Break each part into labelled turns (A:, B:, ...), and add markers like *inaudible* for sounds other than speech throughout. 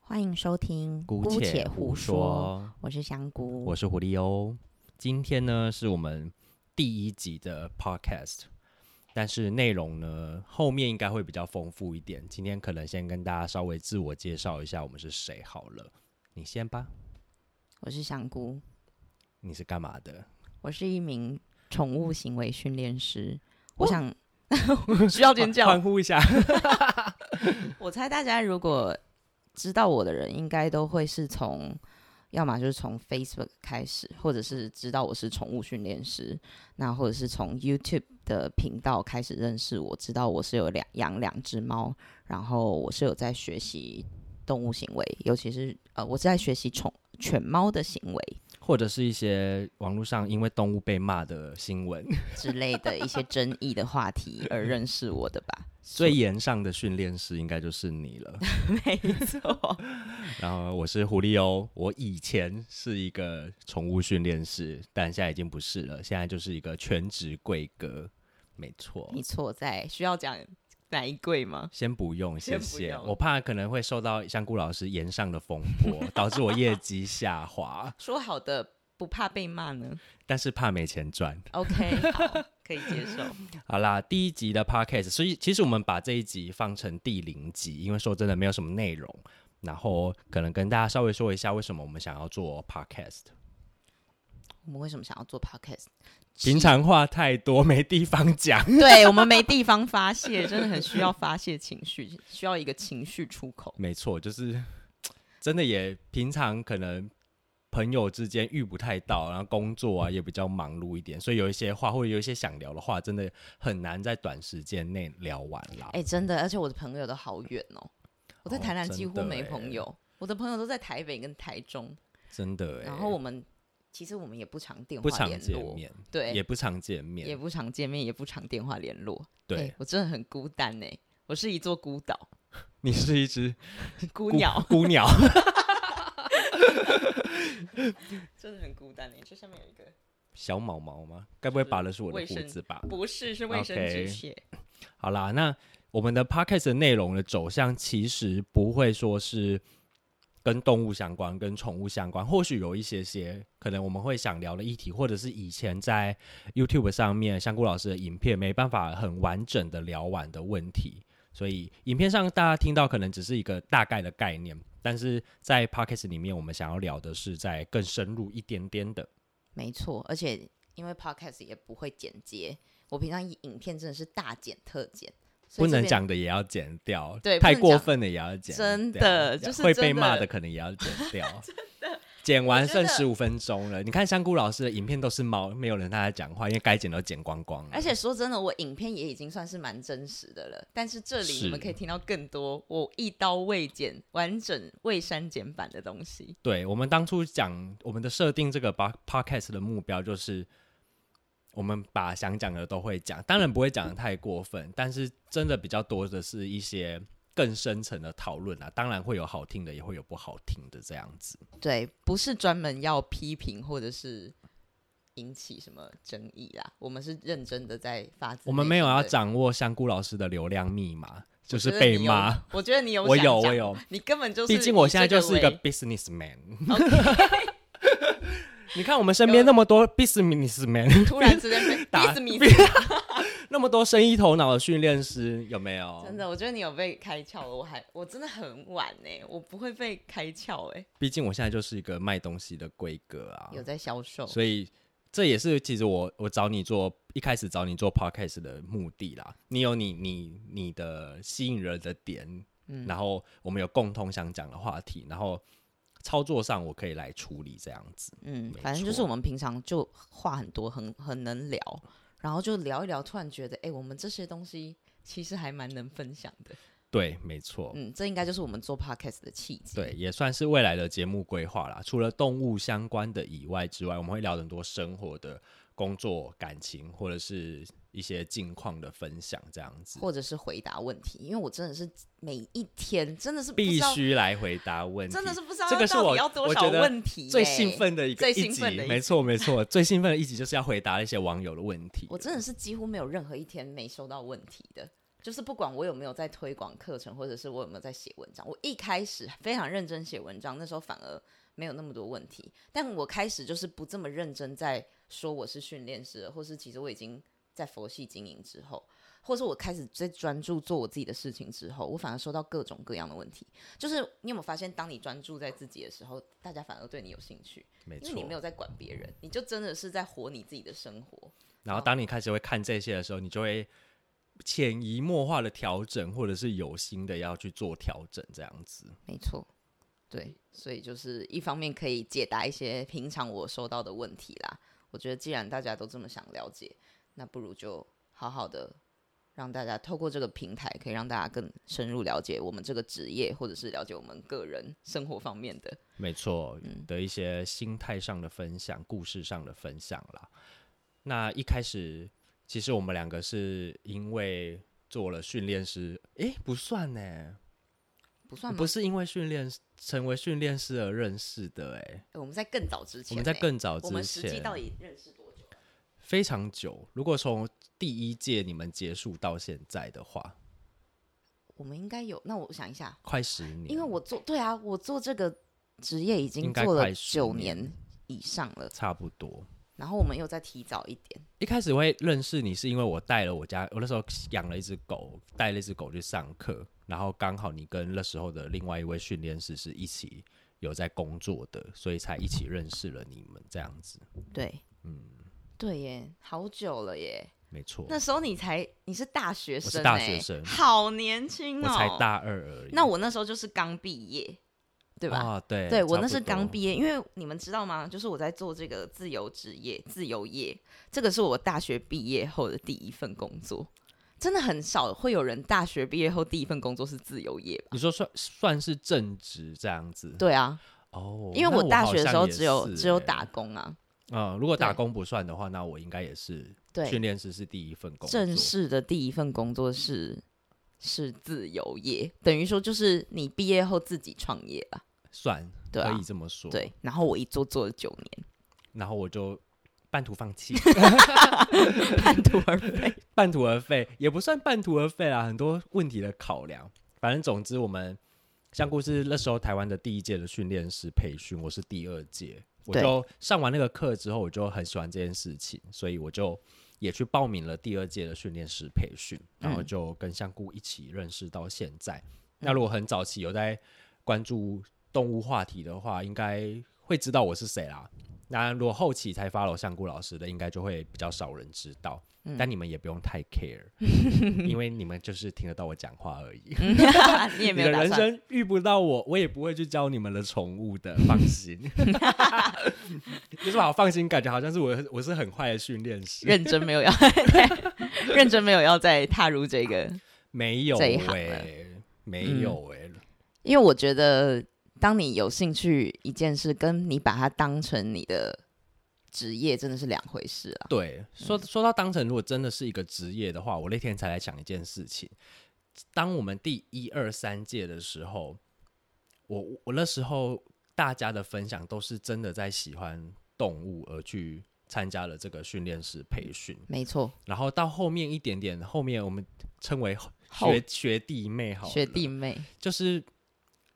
A: 欢迎收听《
B: 姑且胡
A: 说》，
B: 说，
A: 我是香菇，
B: 我是狐狸哦。今天呢是我们第一集的 podcast，但是内容呢后面应该会比较丰富一点。今天可能先跟大家稍微自我介绍一下我们是谁好了，你先吧。
A: 我是香菇，
B: 你是干嘛的？
A: 我是一名宠物行为训练师。我想 *laughs* 需要尖叫
B: 哦欢。呼 *laughs* 一下。
A: 我猜大家如果知道我的人，应该都会是从，要么就是从 Facebook 开始，或者是知道我是宠物训练师，那或者是从 YouTube 的频道开始认识我，知道我是有两养两只猫，然后我是有在学习动物行为，尤其是呃，我是在学习宠犬猫的行为
B: 或者是一些网络上因为动物被骂的新闻，
A: 之类的一些争议的话题而认识我的吧。
B: 最严上的训练师应该就是你了。
A: *laughs* 没错，
B: 然后我是狐狸哦，我以前是一个宠物训练师，但现在已经不是了，现在就是一个全职贵哥，没错。
A: 你错在需要讲哪一贵吗？
B: 先不用，谢
A: 先不
B: 谢。
A: 用
B: 我怕可能会受到香菇老师言上的风波，导致我业绩下滑，
A: 说好的不怕被骂 *laughs* 呢
B: 但是怕没钱赚。
A: ？OK，好，可以接受。
B: 好啦，第一集的 podcast，所以其实我们把这一集放成第零集，因为说真的没有什么内容，然后可能跟大家稍微说一下为什么我们想要做 podcast。
A: 我们为什么想要做 *laughs* podcast？
B: 平常话太多，没地方讲。
A: 对我们没地方发泄，真的很需要发泄情绪，需要一个情绪出口。
B: 没错，就是真的也平常可能朋友之间遇不太到，然后工作啊也比较忙碌一点，所以有一些话或者有一些想聊的话，真的很难在短时间内聊完啦。
A: 哎、真的，而且我的朋友都好远哦，我在
B: 哦
A: 台南
B: 真
A: 几乎
B: 的
A: 没
B: 欸
A: 朋友，我哦的朋友都在台北跟台中。
B: 真的哎、
A: 然后我们其实我们也不常电
B: 不
A: 话
B: 常
A: 联
B: 见
A: 络，
B: 面，
A: 对，
B: 也不常见
A: 也
B: 面，
A: 不常见面，也不常电话联络。
B: 对、
A: 欸我真的很孤单哎、我是一座孤岛，
B: 你是一只
A: 孤鸟，
B: 孤鸟，
A: *laughs* 真的很孤单哎、这上面有一个。
B: 小毛毛吗？该不会拔的是我的
A: 卫
B: 胡
A: 生
B: 子吧？
A: 不是，是卫
B: 卫
A: 生
B: 生
A: 纸
B: 纸
A: 屑。
B: 好啦，那我们的 podcast 的内容的走向其实不会说是跟动物相关、跟宠物相关，或许有一些些可能我们会想聊的议题，或者是以前在 YouTube 上面香菇老师的影片没办法很完整的聊完的问题。所以影片上大家听到可能只是一个大概的概念，但是在 podcast 里面，我们想要聊的是在更深入一点点的。
A: 没错，而且因为 podcast 也不会剪接，我平常影片真的是大剪特剪，所
B: 不
A: 以这
B: 能
A: 边
B: 讲的也要剪掉，
A: 对不
B: 太
A: 能
B: 过
A: 讲
B: 分的也要剪掉，
A: 真的就是
B: 会
A: 真
B: 被骂
A: 的
B: 的可能也要剪
A: *laughs*
B: 掉，真的。剪完
A: 觉得
B: 剩十五分钟了，你看香菇老师的影片都是猫，没有人跟他讲话，因为该剪都剪光光了。
A: 而且说真的，我影片也已经算是蛮真实的了，但是这里你
B: 是
A: 们可以听到更多我一刀未剪、完整未删减版的东西。
B: 对我们当初讲我们的设定这个 po- podcast 的目标就是，我们把想讲的都会讲，当然不会讲的太过分，但是真的比较多的是一些更深层的讨论啊，当然会有好听的，也会有不好听的这样子。
A: 对，不是专门要批评或者是引起什么争议啦，我们是认真的在发自
B: 我们
A: 内
B: 没有
A: 心
B: 要
A: 地
B: 掌握香菇老师的流量密码，就
A: 觉
B: 是
A: 得
B: 被
A: 你有
B: 骂。。
A: 我觉得你有，
B: *laughs* 我有，我，有，
A: 你根本就是以这为，
B: 毕竟我现在就是一个 businessman。你看我们身边
A: 有
B: 那么多 businessman， *laughs*
A: 突然之间被
B: 打
A: diss me，
B: 那么多生意头脑的训练师，有没有？
A: 真，的，我觉得你有被开窍了。我还我真的很晚呢、我不会被开窍哎、
B: 毕竟我现在就是一个卖东西的规格啊，
A: 有在销售，
B: 所以这也是其实我我找你做一开始找你做 podcast 的目的啦。你有你你你的吸引人的点，
A: 嗯
B: 然后我们有共同想讲的话题，然后操作上我可以来处理这样子。
A: 嗯
B: 没，
A: 反正就是
B: 错
A: 我们平常就话很多，很很能聊，然后就聊一聊，突然觉得哎、我们这些东西其实还蛮能分享的。
B: 对，没错，
A: 嗯，这应该就是我们做 podcast 的契机。
B: 哦对，，也算是未来的节目规划啦。除了动物相关的以外之外，我们会聊很多生活的、工作、感情或者是一些近况的分享，这样子。
A: 或者是回答问题，因为我真的是每一天真的是不
B: 必
A: 知道，
B: 须来回答问题，
A: 真的是不知道
B: 这个是
A: 到底
B: 我
A: 要多
B: 我
A: 少
B: 觉得
A: 问题、欸
B: 最兴。奋的一个
A: 最
B: 一
A: 兴
B: 集
A: 奋的一
B: 没
A: 集
B: 错没错， *laughs* 最兴奋的一集就是要回答一些网友的问题。
A: 我真的是几乎没有任何一天没收到问题的，就是不管我有没有在推广课程，或者是我有没有在写文章，我一开始非常认真写文章，那时候反而没有那么多问题。但我开始就是不这么认真在说我是训练师了，或是其实我已经在佛系经营之后，或是我开始在专注做我自己的事情之后，我反而收到各种各样的问题。就是你有没有发现，当你专注在自己的时候，大家反而对你有兴趣，
B: 没
A: 因为你没
B: 错。
A: 有在管别人，你就真的是在活你自己的生活。
B: 然后当你开始会看这些的时候，你就会潜移默化的调整，或者是有心的要去做调整，这样子。
A: 没错，
B: 嗯
A: 对，所以就是一方面可以解答一些平常我收到的问题啦。我觉得既然大家都这么想了解，那不如就好好的让大家透过这个平台，可以让大家更深入了解我们这个职业，或者是了解我们个人生活方面的。
B: 没错，
A: 嗯
B: 的一些心态上的分享、故事上的分享啦。那一开始，其实我们两个是因为做了训练师，诶，不算呢，
A: 不算吗？
B: 不是因为训练成为训练师而认识的，诶，
A: 哎诶我们在更早之前
B: 我
A: 欸、
B: 们在更早
A: 我
B: 之
A: 们实际
B: 前，
A: 到底认识多久？
B: 非常久。如果从第一届你们结束到现在的话，
A: 我们应该有，那我想一下，
B: 快十年，
A: 因为我做对啊，我做这个职业已
B: 嗯应
A: 经
B: 该
A: 做了
B: 快十
A: 九
B: 年
A: 年以上了，
B: 差不多。
A: 然后我们又再提早一点。
B: 一开始会认识你，是因为我带了我家，我那时候养了一只狗，带了一只狗去上课，然后刚好你跟那时候的另外一位训练师是一起有在工作的，所以才一起认识了你们这样子。
A: 对，嗯，对耶，好久了耶。
B: 没错，
A: 那时候你才你是大学生、欸，
B: 我是大学生
A: 好年轻
B: 我
A: 哦、
B: 才大二而已。
A: 那我那时候就是刚毕业，对吧？
B: 啊，对，
A: 对我那是
B: 差不多
A: 刚毕业，因为你们知道吗？就是我在做这个自由职业、自由业，这个是我大学毕业后的第一份工作。真的很少会有人大学毕业后第一份工作是自由业吧？
B: 你说算算是正职这样子
A: 对啊，
B: 哦，
A: 因为
B: 那我
A: 大学的时候
B: 好像也
A: 只有、
B: 是
A: 只有
B: 欸
A: 打工啊，
B: 嗯，如果打
A: 对
B: 工不算的话，那我应该也是
A: 对，
B: 训练师是第一份工作，
A: 正式的第一份工作是是自由业，等于说就是你毕业后自己创业吧。
B: 算
A: 对
B: 可
A: 啊
B: 以，这么说，
A: 对。然后我一做做了九年，
B: 然后我就半途放
A: *laughs*
B: 弃，*laughs*
A: 半途而废。
B: 半途而废也不算半途而废啦，很多问题的考量。反正总之，我们香菇是那时候台湾的第一届的训练师培训，我是第二届，我
A: 对
B: 就上完那个课之后，我就很喜欢这件事情，所以我就也去报名了第二届的训练师培训，然后
A: 嗯
B: 就跟香菇一起认识到现在。那如果很早期有在关注动物话题的话，应该会知道我是谁啦。那如果后期才 follow 香菇老师的，应该就会比较少人知道。
A: 嗯
B: 但你们也不用太
A: *laughs*
B: care，因为你们就是听得到我讲话而已。
A: 你 *laughs* 也
B: 嗯 *laughs* 你
A: 没
B: 的
A: 有打
B: 人
A: 算，
B: 生遇不到我，我也不会去教你们的宠物的，放
A: *laughs*
B: 心。有什么好放心？感觉好像是我我是很坏的训练师，
A: 认真没有要，认真没有要再踏入这个，
B: 没有
A: 这
B: 哎、
A: 一行
B: 没有哎、
A: 因为我觉得当你有兴趣一件事，跟你把它当成你的职业，真的是两回事啊。
B: 对，说说到当成如果真的是一个职业的话，我那天才来想一件事情。当我们第一二三届的时候，我我那时候大家的分享都是真的在喜欢动物而去参加了这个训练师培训，
A: 没错，
B: 然后到后面一点点，后面我们称为
A: 后
B: 学学弟妹好了，
A: 学弟妹，
B: 就是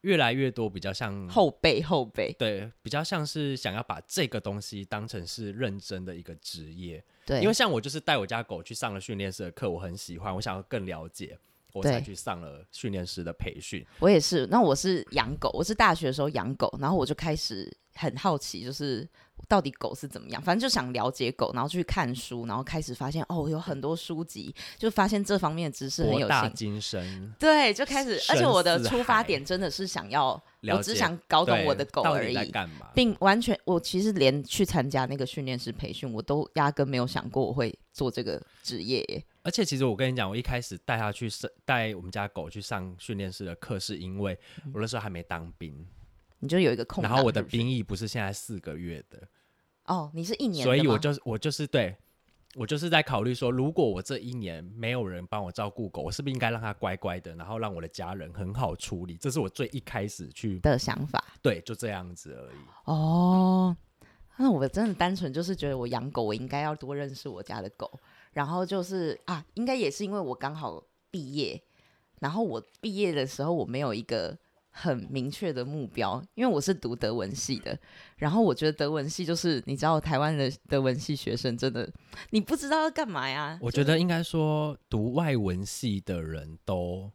B: 越来越多比较像
A: 后辈后辈，
B: 对，比较像是想要把这个东西当成是认真的一个职业，
A: 对，
B: 因为像我就是带我家狗去上了训练师的课，我很喜欢，我想要更了解，我才
A: 对
B: 去上了训练师的培训。
A: 我也是，那我是养狗，我是大学的时候养狗，然后我就开始很好奇，就是到底狗是怎么样，反正就想了解狗，然后去看书，然后开始发现哦，有很多书籍，就发现这方面的知识很
B: 博
A: 有
B: 大
A: 兴趣。
B: 精深，
A: 对，就开始，
B: 深
A: 而且我的
B: 似
A: 出发
B: 海
A: 点真的是想要，
B: 了
A: 我
B: 解
A: 只想搞懂
B: 对
A: 我的狗
B: 到底
A: 而
B: 在
A: 已，
B: 干嘛？
A: 并完全，我其实连去参加那个训练师培训，我都压根没有想过我会做这个职业耶。
B: 而且其实我跟你讲，我一开始带它去上带我们家狗去上训练师的课，是因为我那时候还没当兵，
A: 你就有一个嗯空档
B: 然
A: 是不是，
B: 后我的兵役不是现在四个月的，
A: 哦，你是一年的
B: 所
A: 吗，
B: 以我就是我就是对我就是在考虑说，如果我这一年没有人帮我照顾狗，我是不是应该让它乖乖的，然后让我的家人很好处理？这是我最一开始去
A: 的想法。
B: 对就这样子而已。
A: 哦，那我真的单纯就是觉得我养狗，我应该要多认识我家的狗。然后就是啊，应该也是因为我刚好毕业，然后我毕业的时候我没有一个很明确的目标，因为我是读德文系的，然后我觉得德文系就是你知道台湾的德文系学生真的你不知道要干嘛呀，
B: 我觉得应该说，读外文系的人都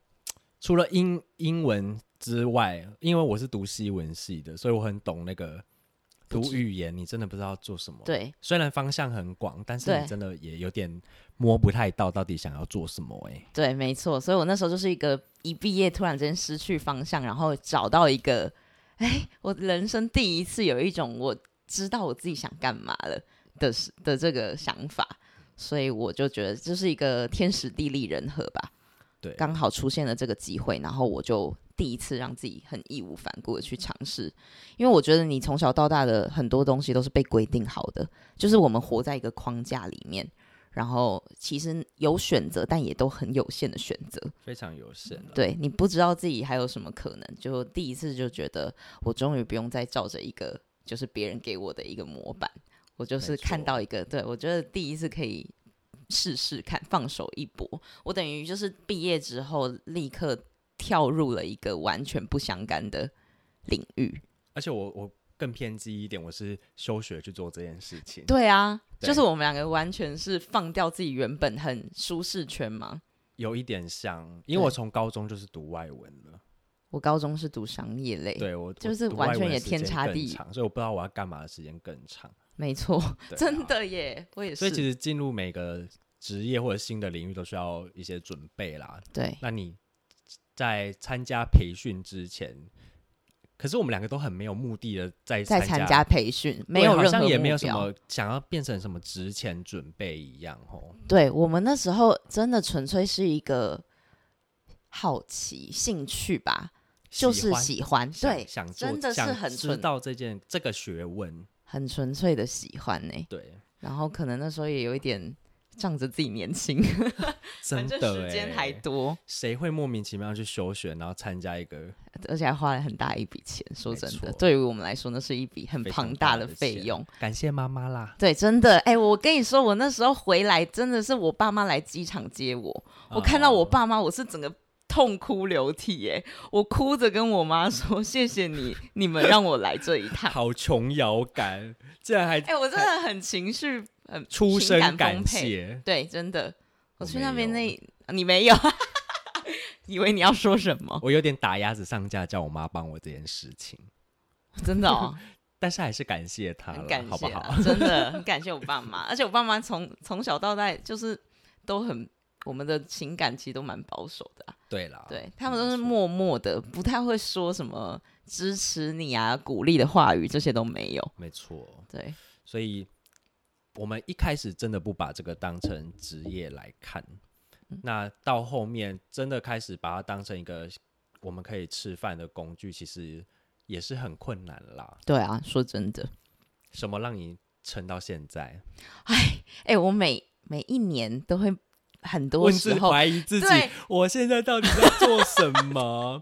B: 除了英英文之外，因为我是读西文系的，所以我很懂那个
A: 不
B: 读
A: 知
B: 语言，你真的不知道做什么。，
A: 对，
B: 虽然方向很广，但是
A: 对
B: 你真的也有点摸不太到到底想要做什么、欸。
A: 对，没错，所以我那时候就是一个一毕业突然间失去方向，然后找到一个，哎，我人生第一次有一种我知道我自己想干嘛了的时的这个想法，所以我就觉得这是一个天时地利人和吧，
B: 对
A: 刚好出现了这个机会，然后我就第一次让自己很义无反顾的去尝试，因为我觉得你从小到大的很多东西都是被规定好的，就是我们活在一个框架里面，然后其实有选择，但也都很有限的选择。
B: 非常有限了。
A: 对你不知道自己还有什么可能，就第一次就觉得我终于不用再照着一个就是别人给我的一个模板，我就是
B: 没错
A: 看到一个，对我觉得第一次可以试试看，放手一搏。我等于就是毕业之后立刻跳入了一个完全不相干的领域。
B: 而且我我更偏激一点，我是休学去做这件事情。
A: 对啊，
B: 对
A: 就是我们两个完全是放掉自己原本很舒适圈嘛。
B: 有一点像，因
A: 对
B: 为我从高中就是读外文了，
A: 我高中是读商业类，
B: 对我
A: 就是
B: 我读
A: 完
B: 外文
A: 全
B: 的
A: 也
B: 时
A: 天
B: 间
A: 差
B: 更
A: 地
B: 长，所以我不知道我要干嘛的时间更长。
A: 没错，
B: *laughs* 对啊
A: 真，的耶，我也
B: 所
A: 是。
B: 以其实进入每个职业或者新的领域都需要一些准备啦。
A: 对，
B: 那你在参加培训之前，可是我们两个都很没有目的的在
A: 在参
B: 参
A: 加培训，没
B: 对
A: 有
B: 好
A: 任
B: 像
A: 何
B: 也
A: 目
B: 没有什
A: 标
B: 么想要变成什么职前准备一样哦。
A: 对我们那时候真的纯粹是一个好奇、兴趣吧，就是
B: 欢
A: 喜欢，
B: 想
A: 对，
B: 想做
A: 真的是
B: 想
A: 很
B: 知
A: 纯
B: 道这件这个学问，
A: 很纯粹的喜欢呢、
B: 对，
A: 然后可能那时候也有一点仗着自己年轻， *laughs* 反
B: 真的
A: 正时间
B: 欸
A: 还多，
B: 谁会莫名其妙去休学，然后参加一个
A: 而且还花了很大一笔钱。说
B: 没
A: 真
B: 错
A: 的，对于我们来说，那是一笔很
B: 非常
A: 庞
B: 大
A: 的
B: 的
A: 费
B: 钱
A: 用。
B: 感谢妈妈啦？
A: 对，真的，哎、我跟你说，我那时候回来真的是我爸妈来机场接我，我看到我
B: 哦
A: 爸妈，我是整个痛哭流涕耶！我哭着跟我妈说：“谢谢你，你们让我来这一趟。
B: *laughs* 好琼瑶感，竟然还”
A: 哎、我真的很情绪，很情
B: 出声
A: 感
B: 感
A: 丰沛。
B: 谢，
A: 对，真的，我
B: 我
A: 去
B: 没
A: 那边
B: 有啊
A: 那，你没有， *laughs* 以为你要说什么？
B: 我有点打鸭子上架，叫我妈帮我这件事情，
A: 真的哦，
B: 但是还是感谢她
A: 很
B: 啦
A: 感
B: *laughs* 好不
A: 谢啦
B: 好？
A: 真的很感谢我爸妈，而且我爸妈从从小到大就是都很。我们的情感其实都蛮保守的啊、
B: 对啦，
A: 对他们都
B: 没
A: 是
B: 错
A: 默默的，不太会说什么支持你啊、鼓励的话语，这些都没有。
B: 没错，
A: 对，
B: 所以我们一开始真的不把这个当成职业来看，
A: 嗯
B: 那到后面真的开始把它当成一个我们可以吃饭的工具，其实也是很困难啦。
A: 对啊，说真的，
B: 什么让你撑到现在？
A: 哎、我每每一年都会很多
B: 问
A: 时
B: 自
A: 候，
B: 怀疑自己
A: 对，
B: 我现在到底在做什么？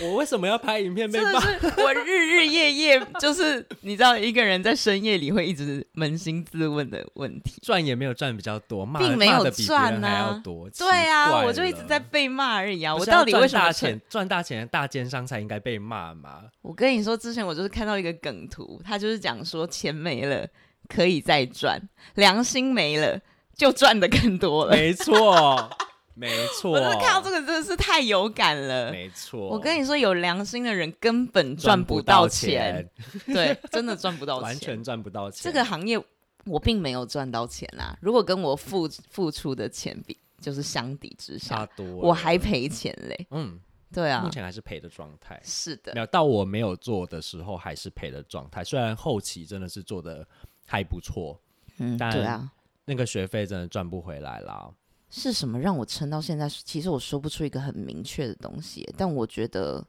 B: 我为什么要拍影片被
A: 真的
B: 骂？
A: 是我日日夜夜，就是你知道，一个人在深夜里会一直扪心自问的问题。
B: 赚也没有赚比较多，骂
A: 并没有
B: 骂得比别人
A: 赚啊
B: 还要多。
A: 对
B: 奇怪
A: 啊，
B: 了
A: 我就一直在被骂而已啊！
B: 不
A: 我
B: 是要
A: 到底为什
B: 赚
A: 么
B: 大
A: 成
B: 钱？赚大钱的大奸商才应该被骂嘛？
A: 我跟你说，之前我就是看到一个梗图，他就是讲说钱没了可以再赚，良心没了就赚的更多了。
B: *laughs* 没错，没错，
A: 我真的看到这个真的是太有感了。
B: 没错。
A: 我跟你说，有良心的人根本
B: 赚
A: 赚
B: 不
A: 不
B: 到
A: 到钱，， *laughs* 对，真的赚不到
B: 完
A: 钱
B: 全。赚不到钱。
A: 这个行业我并没有赚到钱啦。如果跟我付付出的钱比，就是相抵之
B: 差
A: 下，
B: 多了，
A: 我还赔钱嘞。
B: 嗯，
A: 对啊
B: 目，前还是赔的状态。
A: 是的
B: 没，有到我没有做的时候还是赔的状态，虽然后期真的是做的还不错，
A: 嗯，
B: 但
A: 对啊。
B: 那个学费真的赚不回来啦。
A: 是什么让我撑到现在？其实我说不出一个很明确的东西，但我觉得，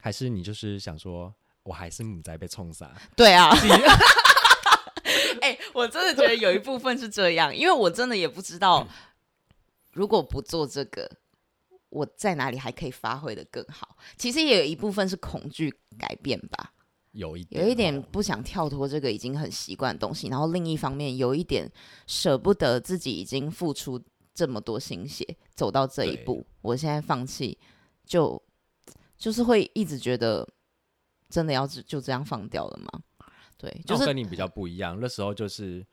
B: 还是你就是想说，我还是母仔被冲杀，
A: *laughs* 对啊，
B: 自己
A: *laughs* 哎、我真的觉得有一部分是这样，因为我真的也不知道，如果不做这个，我在哪里还可以发挥的更好。其实也有一部分是恐惧改变吧，
B: 有一点
A: 有一点
B: 哦
A: 不想跳脱这个已经很习惯的东西，然后另一方面有一点舍不得自己已经付出这么多心血走到这一
B: 对
A: 步，我现在放弃，就就是会一直觉得真的要就就这样放掉了吗？对，就
B: 那我
A: 是
B: 跟你比较不一样，那时候就是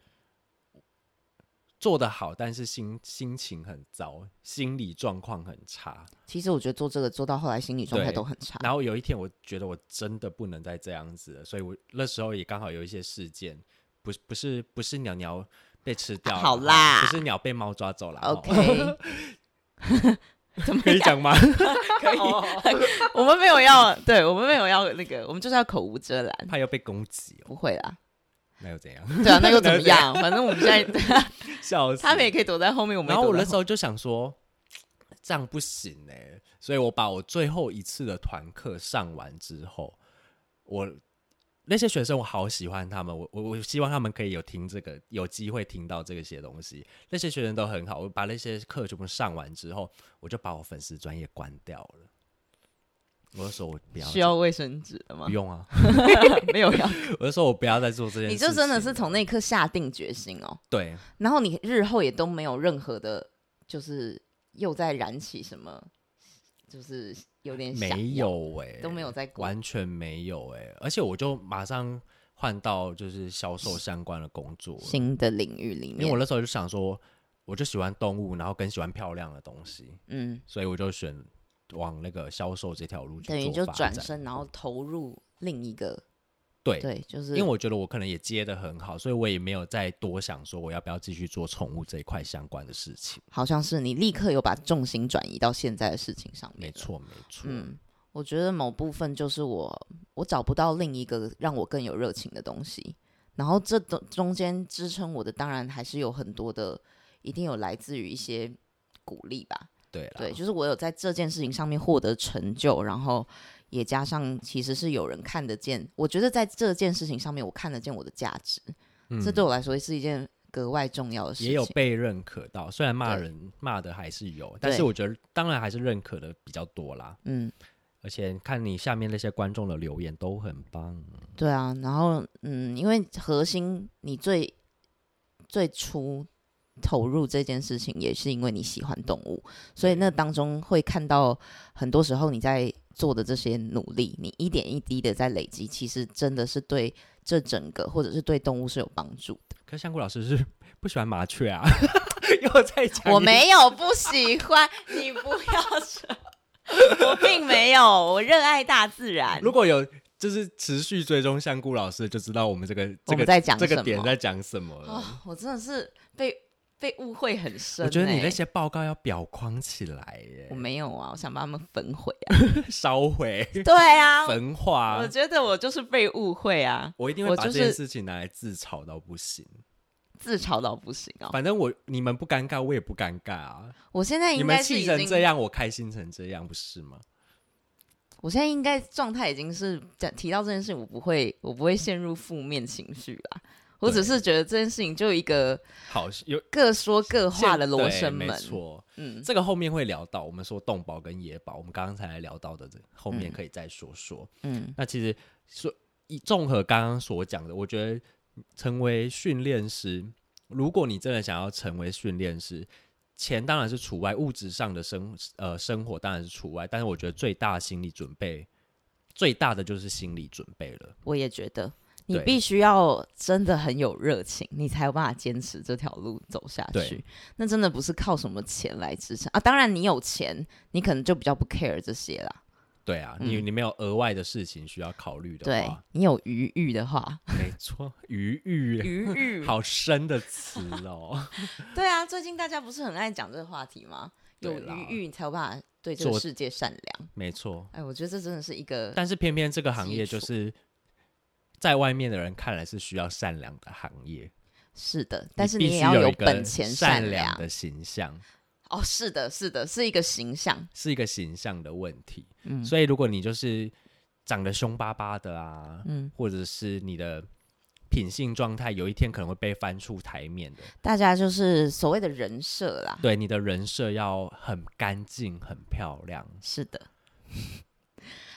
B: 做得好，但是心心情很糟，心理状况很差。
A: 其实我觉得做这个做到后来心理状态
B: 对
A: 都很差。
B: 然后有一天，我觉得我真的不能再这样子了，所以我那时候也刚好有一些事件，不是不是不是鸟鸟被吃掉了，
A: 啊好啦
B: 不是鸟被猫抓走了哦
A: OK，怎么
B: 可以
A: 样？
B: 讲吗？ *laughs*
A: 可以， *laughs* 我们没有要，对我们没有要那个，我们就是要口无遮拦，
B: 怕又被攻击哦，
A: 不会啦。
B: 那又怎样？ *laughs*
A: 对啊，那又怎么样？反正我们现在 *laughs*
B: 笑死！
A: 他们也可以躲在后面，我们
B: 然后我那
A: 的
B: 时候就想说，这样不行哎、所以我把我最后一次的团课上完之后，我那些学生我好喜欢他们，我我我希望他们可以有听这个，有机会听到这个些东西。那些学生都很好，我把那些课全部上完之后，我就把我粉丝专业关掉了。我就说我不要
A: 需要卫生纸了吗
B: *laughs* 不？用啊，
A: *laughs* 没有要，
B: 我就说我不要再做这件事
A: 你
B: 情。
A: 就真的是从那一刻下定决心哦，
B: 对
A: 然后你日后也都没有任何的，就是又在燃起什么，就是有点想要
B: 没有哎、
A: 都没有在过，
B: 完全没有哎、而且我就马上换到就是销售相关的工作了，
A: 新的领域里
B: 因为
A: 面
B: 我，那时候就想说，我就喜欢动物，然后更喜欢漂亮的东西，
A: 嗯，
B: 所以我就选往那个销售这条路去
A: 等于
B: 做
A: 就
B: 发
A: 转
B: 展嗯
A: 身，然后投入另一个，
B: 对。
A: 对，就是
B: 因为我觉得我可能也接的很好，所以我也没有再多想说我要不要继续做宠物这一块相关的事情。
A: 好像是你立刻有把重心转移到现在的事情上面，
B: 没，错，没错。
A: 嗯，我觉得某部分就是我我找不到另一个让我更有热情的东西，然后这中中间支撑我的，当然还是有很多的，一定有来自于一些鼓励吧，
B: 对啊了，
A: 对，就是我有在这件事情上面获得成就，然后也加上其实是有人看得见，我觉得在这件事情上面我看得见我的价值，
B: 嗯
A: 这对我来说是一件格外重要的事情。
B: 也有被认可到，虽然骂
A: 对
B: 人骂的还是有，但是
A: 对
B: 我觉得当然还是认可的比较多啦。
A: 嗯，
B: 而且看你下面那些观众的留言都很棒，
A: 对啊，然后嗯，因为核心你最最初投入这件事情，也是因为你喜欢动物，所以那当中会看到很多时候你在做的这些努力，你一点一滴的在累积，其实真的是对这整个或者是对动物是有帮助的。
B: 可是香菇老师是 *laughs* 不喜欢麻雀啊， *laughs* 又在讲一
A: 我没有不喜欢，你不要说， *laughs* 我并没有，我热爱大自然。
B: 如果有就是持续追踪香菇老师，就知道我们这个
A: 我
B: 这
A: 们
B: 个
A: 在讲
B: 这
A: 什
B: 个
A: 么
B: 点在讲什么了。
A: 哦，我真的是被被误会很深、欸。
B: 嗯我觉得你那些报告要裱框起来
A: 我
B: 耶，
A: 没有啊，我想把他们焚毁
B: *laughs*
A: 啊。
B: 烧毁、
A: 对啊，
B: *laughs* 焚化
A: 我。觉得我就是被误会啊，
B: 我一定
A: 我
B: 会把
A: 就
B: 这件
A: 是
B: 事情拿来自嘲到不行。
A: 自嘲到不行哦。
B: 反正我你们不尴尬，我也不尴尬啊。
A: 我现在
B: 你
A: 应
B: 们
A: 该是
B: 气
A: 已
B: 成这
A: 经，
B: 样，我开心成这样，不是吗？
A: 我现在应该状态已经是讲提到这件事，我不会，我不会陷入负面情绪啦。我只
B: 对
A: 是觉得这件事情就有一个
B: 好，有
A: 各说各话的罗生门
B: 对没，错。
A: 嗯，
B: 这个后面会聊到，我们说动保跟野保，我们刚刚才来聊到的，这后面
A: 嗯
B: 可以再说说。
A: 嗯，
B: 那其实说一综合刚刚所讲的，我觉得成为训练师，如果你真的想要成为训练师，钱当然是除外，物质上的生呃生活当然是除外，但是我觉得最大的心理准备，最大的就是心理准备了。
A: 我也觉得你
B: 对
A: 必须要真的很有热情，你才有办法坚持这条路走下去
B: 对。
A: 那真的不是靠什么钱来支撑啊！当然，你有钱，你可能就比较不 care 这些啦。
B: 对啊，你你没有额外的事情需要考虑的
A: 对
B: 话，
A: 你有余欲的话，
B: *laughs* 没错，余欲。
A: 余欲
B: 好深的词哦。
A: 对啊，最近大家不是很爱讲这个话题吗？有
B: 对啦
A: 余欲，你才有办法对这个
B: 做
A: 世界善良。
B: 没错，
A: 哎，我觉得这真的是一个
B: 但是偏偏这个行业
A: 基
B: 就
A: 础
B: 是在外面的人看来是需要善良的行业，
A: 是的，但是
B: 必
A: 你
B: 须
A: 也要
B: 有一个
A: 本钱
B: 善
A: 良
B: 良的形象，
A: 哦。是的，是的，是一个形象。
B: 是一个形象的问题。
A: 嗯
B: 所以如果你就是长得凶巴巴的啊，
A: 嗯，
B: 或者是你的品性状态，有一天可能会被翻出台面的。
A: 大家就是所谓的人设啦。
B: 对，你的人设要很干净、很漂亮。
A: 是的。 *laughs*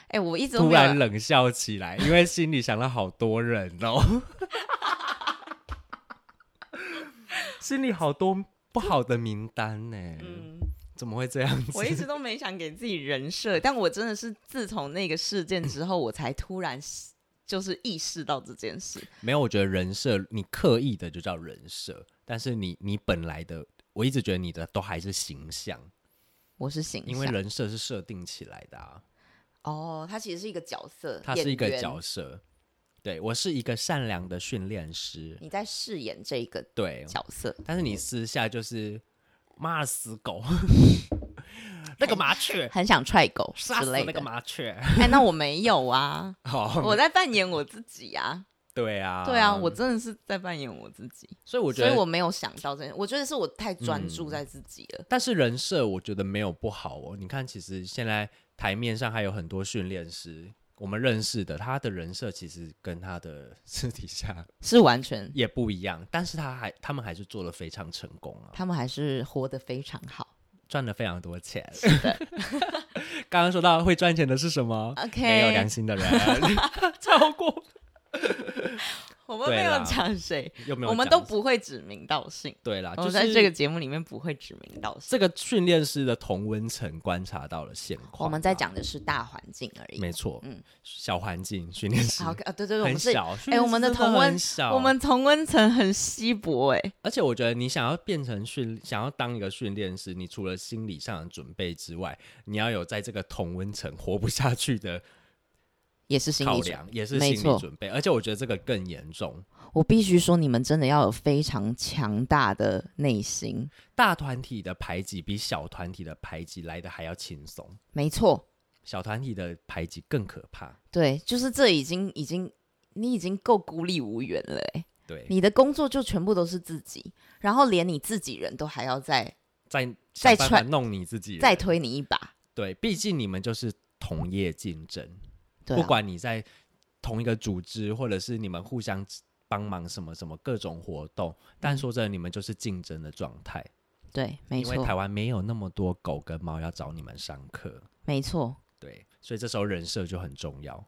A: 哎，我一直都
B: 突
A: 没
B: 然
A: 有，
B: 冷笑起来，因为心里想了好
A: *laughs*
B: 多人哦，心里好多不好的名单呢、
A: 嗯，
B: 怎么会这样
A: 我一
B: 子？
A: 直都没想给自己人设，但我真的是自从那个事件之后，我才突然就是意识到这件事。
B: 没有，我觉得人设你刻意的就叫人设，但是你你本来的，我一直觉得你的都还是形象，
A: 我是形象，
B: 因为人设是设定起来的啊，
A: 哦，他其实是一个角色，
B: 它是一个
A: 演员
B: 角色。对我是一个善良的训练师，
A: 你在饰演这个
B: 对，
A: 角色，
B: 但是你私下就是骂死 *laughs* 狗，那个麻雀
A: 很想踹狗之
B: 杀死
A: 类
B: 那
A: 的
B: 个。麻雀，
A: 哎，那我没有
B: *laughs*
A: 啊，
B: 好、
A: 我在扮演我自己
B: *laughs*
A: 啊。
B: 哦对啊，
A: 对啊，我真的是在扮演我自己，
B: 所以我觉
A: 所
B: 得嗯
A: 以我没有想到这件，我觉得是我太专注在自己了。
B: 但是人设我觉得没有不好哦。你看，其实现在台面上还有很多训练师，我们认识的，他的人设其实跟他的私底下
A: 是完全，
B: 也不一样，但是他还他们还是做的非常成功啊，
A: 他们还是活得非常好。
B: 赚了非常多钱。
A: 的
B: *laughs* 刚刚说到会赚钱的是什么
A: OK，
B: 没有良心的 *laughs* 人， *laughs* 超过
A: *laughs* 我们没
B: 对
A: 有
B: 啦
A: 讲谁，
B: 有没有？
A: 我们都不会指名道姓。
B: 对啦，
A: 我
B: 就
A: 们
B: 是
A: 哦在这个节目里面不会指名道姓，
B: 这个训练师的同温层观察到了现况啊，
A: 我们在讲的是大环境而已。
B: 没错，
A: 嗯
B: 小环境训练师
A: 好，啊，对对对，我
B: 很
A: 们是
B: 小，训
A: 哎
B: 练
A: 我们
B: 师
A: 的
B: 真
A: 同温
B: 很小，
A: 我们同温层很稀薄哎、
B: 而且我觉得你想要变成训，想要当一个训练师，你除了心理上的准备之外，你要有在这个同温层活不下去的
A: 也是心
B: 考
A: 理准。
B: 量，也是心
A: 没
B: 理
A: 错
B: 准备。而且我觉得这个更严重。
A: 我必须说，你们真的要有非常强大的内心。
B: 大团体的排挤比小团体的排挤来的还要轻松，
A: 没错，
B: 小团体的排挤更可怕。
A: 对，就是这已经已经你已经够孤立无援了哎、
B: 对，
A: 你的工作就全部都是自己，然后连你自己人都还要再
B: 在
A: 再
B: 想办法
A: 传
B: 弄你自己人，
A: 再推你一把，
B: 对，毕竟你们就是同业竞争，
A: 对、
B: 不
A: 啊，
B: 管你在同一个组织，或者是你们互相帮忙什么什么各种活动，但说真的，你们就是竞争的状态，
A: 对，嗯没
B: 因为
A: 错
B: 台，湾没有那么多狗跟猫要找你们上课，
A: 没错，
B: 对，所以这时候人设就很重要。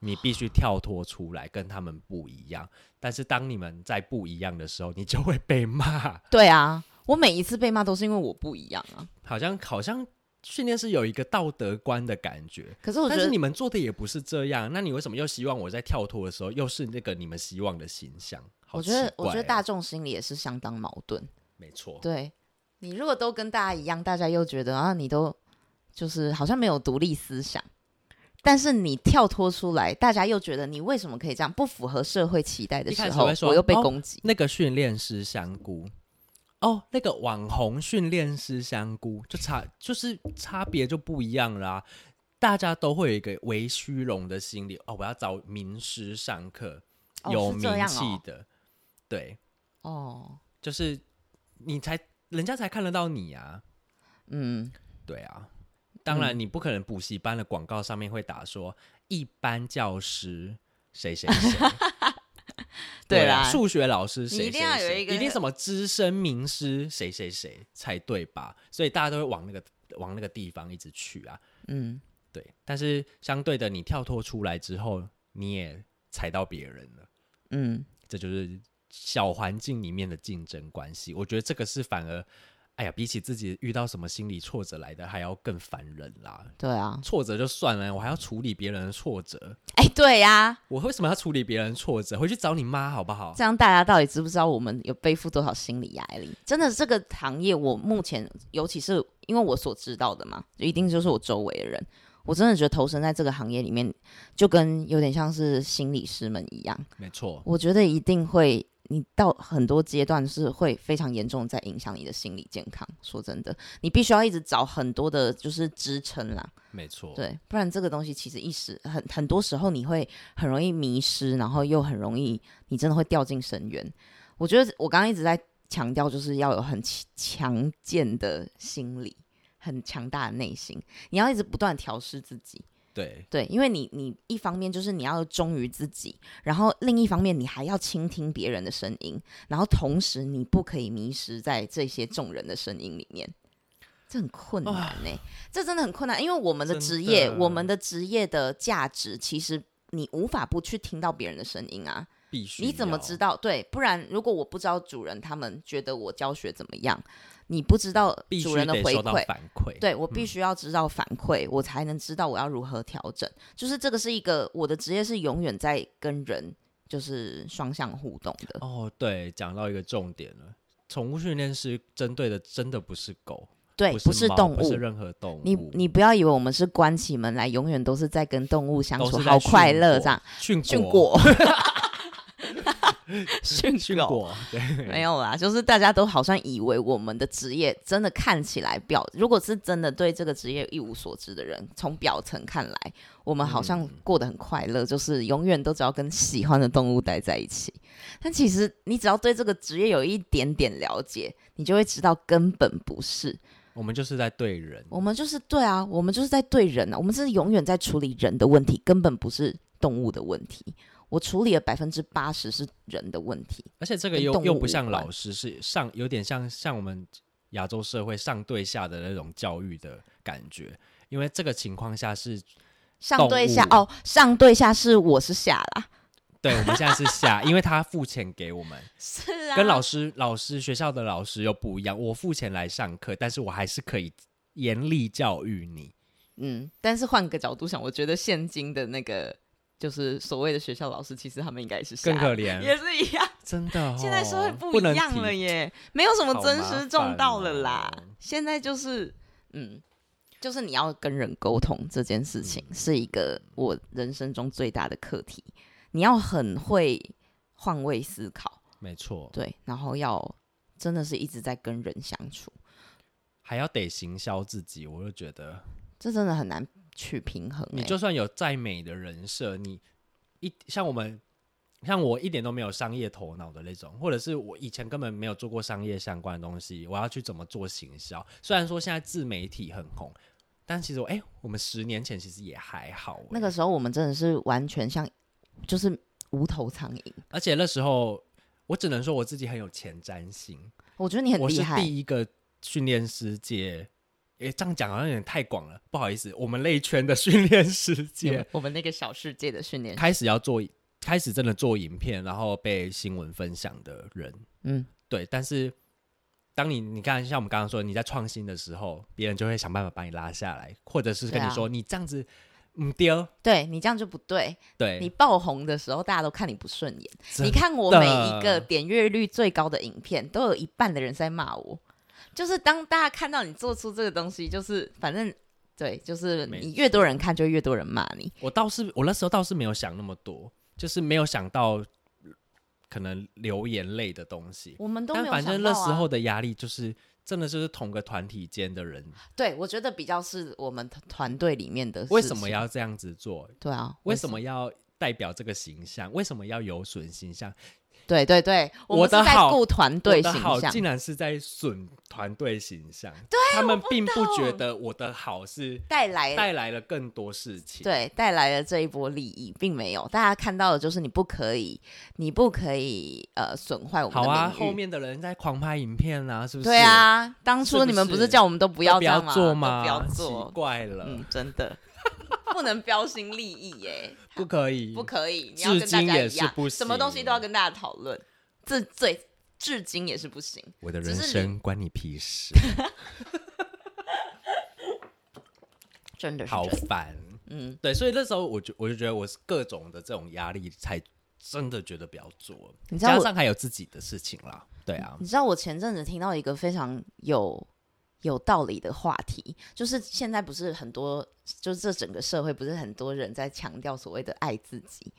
B: 你必须跳脱出来，跟他们不一样。但是当你们在不一样的时候，你就会被骂。 *laughs*
A: 对啊，我每一次被骂都是因为我不一样啊。
B: 好像好像训练是有一个道德观的感觉，
A: 可是我觉
B: 但是
A: 得
B: 你们做的也不是这样，那你为什么又希望我在跳脱的时候又是那个你们希望的形象？好
A: 我觉得
B: 奇，怪
A: 我觉得
B: 哦
A: 大众心里也是相当矛盾。
B: 没错，
A: 对你如果都跟大家一样，大家又觉得啊，你都就是好像没有独立思想，但是你跳脱出来，大家又觉得你为什么可以这样，不符合社会期待的
B: 一开
A: 时
B: 始
A: 候
B: 会，说
A: 我又被
B: 哦
A: 攻击。
B: 那个训练师香菇，哦，那个网红训练师香菇，就差就是差别就不一样啦、大家都会有一个为虚荣的心理哦，我要找名师上课，
A: 哦
B: 有
A: 是
B: 名
A: 这样
B: 气
A: 哦
B: 的，对，
A: 哦，
B: 就是你才人家才看得到你啊，
A: 嗯，
B: 对啊，当然你不可能补习班的广告上面会打说、一般教师谁谁谁。
A: *laughs* 对
B: 啊
A: 啦，
B: 数学老师
A: 你一
B: 谁谁谁，
A: 定要有一个
B: 定什么资深名师谁谁谁才对吧？所以大家都会往那个往那个地方一直去啊。
A: 嗯，
B: 对，但是相对的，你跳脱出来之后，你也踩到别人了，
A: 嗯，
B: 这就是小环境里面的竞争关系。我觉得这个是反而，哎呀，比起自己遇到什么心理挫折来的，还要更烦人啦。
A: 对啊，
B: 挫折就算了，我还要处理别人的挫折。
A: *laughs* 哎，对呀、
B: 我为什么要处理别人的挫折？回去找你妈好不好？
A: 这样大家到底知不知道我们有背负多少心理压力？真的，这个行业我目前，尤其是因为我所知道的嘛，就一定就是我周围的人，我真的觉得投身在这个行业里面，就跟有点像是心理师们一样，
B: 没错，
A: 我觉得一定会。你到很多阶段是会非常严重，在影响你的心理健康。说真的，你必须要一直找很多的，就是支撑啦，
B: 没错。
A: 对，不然这个东西其实一时很很多时候你会很容易迷失，然后又很容易你真的会掉进深渊。我觉得我刚刚一直在强调，就是要有很强强健的心理，很强大的内心，你要一直不断地调试自己。
B: 对
A: 对，因为你你一方面就是你要忠于自己，然后另一方面你还要倾听别人的声音，然后同时你不可以迷失在这些众人的声音里面，这很困难
B: 啊
A: 呢、这真的很困难，因为我们的
B: 真
A: 职业，
B: 的
A: 我们的职业的价值，其实你无法不去听到别人的声音啊，
B: 必须
A: 你怎么知
B: 道？
A: 道？对，不然如果我不知道主人他们觉得我教学怎么样，你不知道
B: 必须
A: 主人的
B: 得
A: 回
B: 收到
A: 馈，
B: 反馈，
A: 对我必须要知道反馈，我才能知道我要如何调整。就是这个是一个我的职业是永远在跟人就是双向互动的。
B: 哦，对，讲到一个重点了，宠物训练师针对的真的不是狗，
A: 对，
B: 不
A: 是
B: 猫
A: 动
B: 不是
A: 物。
B: 任何动物，
A: 你你不要以为我们是关起门来，永远都是在跟动物相
B: 都
A: 处，
B: 是在
A: 好快
B: 训
A: 乐
B: 狗
A: 这样。
B: 训
A: 训
B: 果 *laughs*
A: 果，训
B: 训
A: 狗
B: 果，对，
A: 没有啦，就是大家都好像以为我们的职业真的看起来表，如果是真的对这个职业一无所知的人，从表层看来，我们好像过得很快乐，就是永远都只要跟喜欢的动物待在一起。但其实你只要对这个职业有一点点了解，你就会知道根本不是。
B: 我们就是在对人，
A: 我们就是对啊，我们就是在对人啊，我们是永远在处理人的问题，根本不是动物的问题。我处理了百分之八十是人的问题。
B: 而且这个
A: 跟
B: 又
A: 动
B: 又
A: 物
B: 不
A: 无
B: 像
A: 关
B: 老师，是上有点像像我们亚洲社会上对下的那种教育的感觉，因为这个情况下是
A: 上对下
B: 动物
A: 哦，上对下是我是下啦，
B: 对我们现在是下，因为他付钱给我们，
A: 是啊
B: 跟老师老师学校的老师又不一样，我付钱来上课，但是我还是可以严厉教育你。
A: 嗯，但是换个角度想，我觉得现今的那个就是所谓的学校老师，其实他们应该也是下
B: 更可怜，
A: 也是一样，
B: 真的、哦，
A: 现在社会
B: 不
A: 不一
B: 能
A: 样了
B: 提，
A: 耶，没有什么
B: 好
A: 真
B: 麻
A: 实重到
B: 烦
A: 了啦
B: 哦。
A: 现在就是嗯，就是你要跟人沟通这件事情，
B: 嗯
A: 是一个我人生中最大的课题。你要很会换位思考，
B: 没错，
A: 对，然后要真的是一直在跟人相处。
B: 还要得行销自己，我就觉得
A: 这真的很难去平衡、欸。
B: 你就算有再美的人设，你一像我们，像我一点都没有商业头脑的那种，或者是我以前根本没有做过商业相关的东西，我要去怎么做行销？虽然说现在自媒体很红，但其实我哎、我们十年前其实也还好、
A: 那
B: 哎
A: 个时候，我们真的是完全像就是无头苍蝇。
B: 而且那时候我只能说我自己很有前瞻性，
A: 我觉得你 *laughs* 很
B: 我
A: 厉
B: 是
A: 害，
B: 第一个训练师界。诶，这样讲好像有点太广了，不好意思，我们那一圈的训练师
A: 我
B: 界
A: 们，我们那个小世界的训练，
B: 开始要做，开始真的做影片，然后被新闻分享的人，
A: 嗯，
B: 对。但是，当你你看，像我们刚刚说，你在创新的时候，别人就会想办法把你拉下来，或者是跟
A: 对
B: 你
A: 啊
B: 说、你这样子，嗯丢，
A: 对你这样就不对。你
B: 对，
A: 爆红的时候，大家都看你不顺眼。
B: 真
A: 你看我
B: 的
A: 每一个点阅率最高的影片，都有一半的人在骂我。就是当大家看到你做出这个东西，就是反正对，就是
B: 没
A: 你越多人看，就越多人骂你。
B: 我倒是我那时候倒是没有想那么多，就是没有想到呃可能留言类的东西。
A: 我们都没
B: 但
A: 有
B: 反正
A: 想
B: 那
A: 到
B: 时
A: 啊
B: 候的压力就是，真的就是同个团体间的人，
A: 对，我觉得比较是我们团团队里面的。
B: 为什么？要这样子做？
A: 对啊，
B: 为什？么要代表这个形象？为什么要有损形象？
A: 对对对，
B: 我
A: 们是
B: 的
A: 在
B: 好
A: 顾团
B: 我
A: 队
B: 的
A: 形
B: 好
A: 象
B: 竟。然是在损团队形象，对他们并不觉得我的好是
A: 带来
B: 带来了更多事情。，
A: 对带来了这一波利益，并没有。大家看到的就是你不可以，你不可以呃损坏我们
B: 好
A: 的名誉。
B: 啊，后面的人在狂拍影片啊，是不是？
A: 对，啊，当
B: 是
A: 初
B: 不
A: 你们不
B: 是
A: 是叫我们都不
B: 不
A: 要
B: 不
A: 这样
B: 要
A: 吗？
B: 做
A: 都
B: 吗？
A: 不要
B: 奇
A: 做，
B: 怪了， *laughs*
A: 嗯，真的 *laughs* 不能标新立异耶，
B: 不可以，
A: 不可以，你要跟
B: 至
A: 大
B: 今
A: 家
B: 也
A: 一
B: 是
A: 样
B: 不，
A: 什么东西
B: 行
A: 都要跟大家讨论，这最至今也是不行。
B: 我的
A: 只
B: 人
A: 是你
B: 生关你屁事，
A: *laughs* 真的是
B: 好
A: 这样
B: 烦。
A: 嗯，
B: 对，所以那时候我就我就觉得我是各种的这种压力，才真的觉得不要做。
A: 你知道
B: 加
A: 我嗯
B: 上还有自己的事情啦，对啊，
A: 你知道我前阵子听到一个非常有有道理的话题，就是现在不是很多，就是这整个社会不是很多人在强调所谓的爱自己。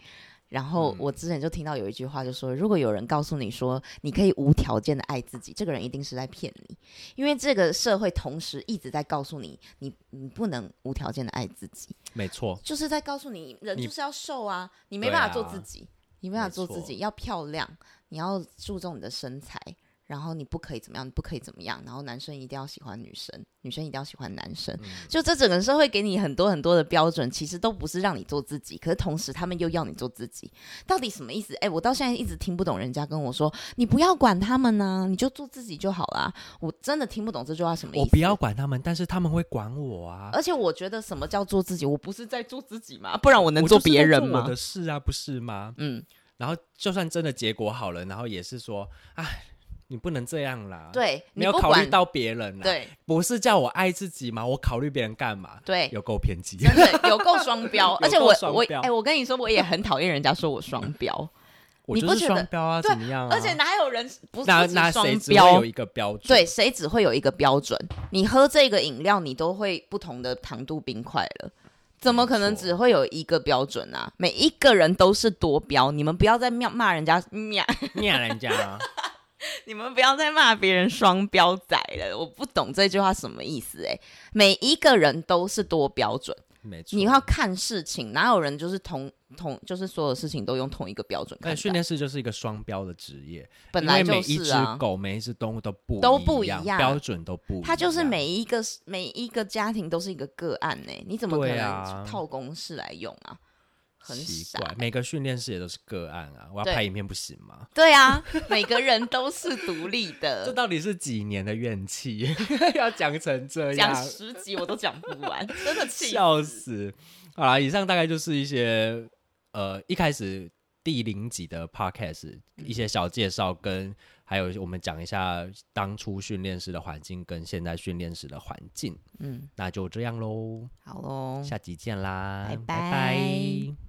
A: 然后我之前就听到有一句话，就说如果有人告诉你说你可以无条件的爱自己，这个人一定是在骗你，因为这个社会同时一直在告诉你，你你不能无条件的爱自己，
B: 没错。
A: 就是在告诉你人
B: 你
A: 就是要瘦啊，你
B: 对
A: 没
B: 啊
A: 办法做自己，你没办法做自
B: 没
A: 己，要漂亮，你要注重你的身材，然后你不可以怎么样，你不可以怎么样，然后男生一定要喜欢女生，女生一定要喜欢男生，
B: 嗯
A: 就这整个社会给你很多很多的标准，其实都不是让你做自己，可是同时他们又要你做自己，到底什么意思？哎，我到现在一直听不懂人家跟我说，你不要管他们呢、你就做自己就好啦，我真的听不懂这句话什么意
B: 我
A: 思。
B: 不要管他们，但是他们会管我啊。
A: 而且我觉得什么叫做自己？我不是在做自己吗？不然我能
B: 我
A: 做
B: 就是
A: 别
B: 在
A: 人
B: 做
A: 吗？
B: 我的事啊，不是吗？
A: 嗯，
B: 然后就算真的结果好了，然后也是说，哎，你不能这样啦，，
A: 对，你
B: 啊没有
A: 不
B: 考虑
A: 管，
B: 到别人啦，，
A: 对
B: 不是叫我爱自己吗？我考虑别人干嘛？
A: 对，
B: 有够偏激，
A: 真的有够双标，而且
B: *laughs* 有够
A: 我
B: 双
A: 我
B: 标
A: 哎、我跟你说，我也很讨厌人家说我双
B: *laughs*
A: 标，
B: 我
A: 你
B: 就
A: 不
B: 是
A: 觉得
B: 双标啊，
A: 对
B: 怎么样、啊？
A: 而且哪有人不是
B: 那
A: 不止
B: 那谁
A: 双
B: 只会
A: 标
B: 有？一个标准？
A: 对，谁只会有一个标准？你喝这个饮料，你都会不同的糖度冰块了，怎么可能
B: 没错
A: 只会有一个标准啊？每一个人都是多标，你们不要再骂骂人家喵，
B: 念人家、啊，
A: 你们不要再骂别人双标仔了。我不懂这句话什么意思哎、每一个人都是多标准。
B: 没错。
A: 你要看事情，哪有人就是同同就是所有事情都用同一个标准看
B: 但
A: 待？
B: 训练师就是一个双标的职业，
A: 本
B: 因
A: 来
B: 为
A: 就
B: 每一
A: 是
B: 只
A: 啊，
B: 狗、每一只动物都不
A: 都
B: 不
A: 不
B: 一
A: 一
B: 样，
A: 样
B: 标准都不一样。
A: 它就是每一个每一个家庭都是一个个案呢、你怎么可
B: 对啊
A: 能套公式来用啊？很
B: 奇
A: 傻
B: 怪，每个训练师也都是个案啊！我要
A: 对
B: 拍影片不行吗？
A: 对啊，每个人都是独立
B: *laughs* 这
A: 的。
B: 到底是几年的怨气？ *laughs* 要讲成这样
A: 讲，十集我都讲不完，真的气。
B: *laughs* 笑死！好啦，以上大概就是一些呃一开始第零集的 podcast
A: 嗯
B: 一些小介绍，跟还有我们讲一下当初训练师的环境跟现在训练师的环境。
A: 嗯，
B: 那就这样喽，
A: 好喽，
B: 下集见啦，
A: 拜
B: 拜
A: 拜
B: 拜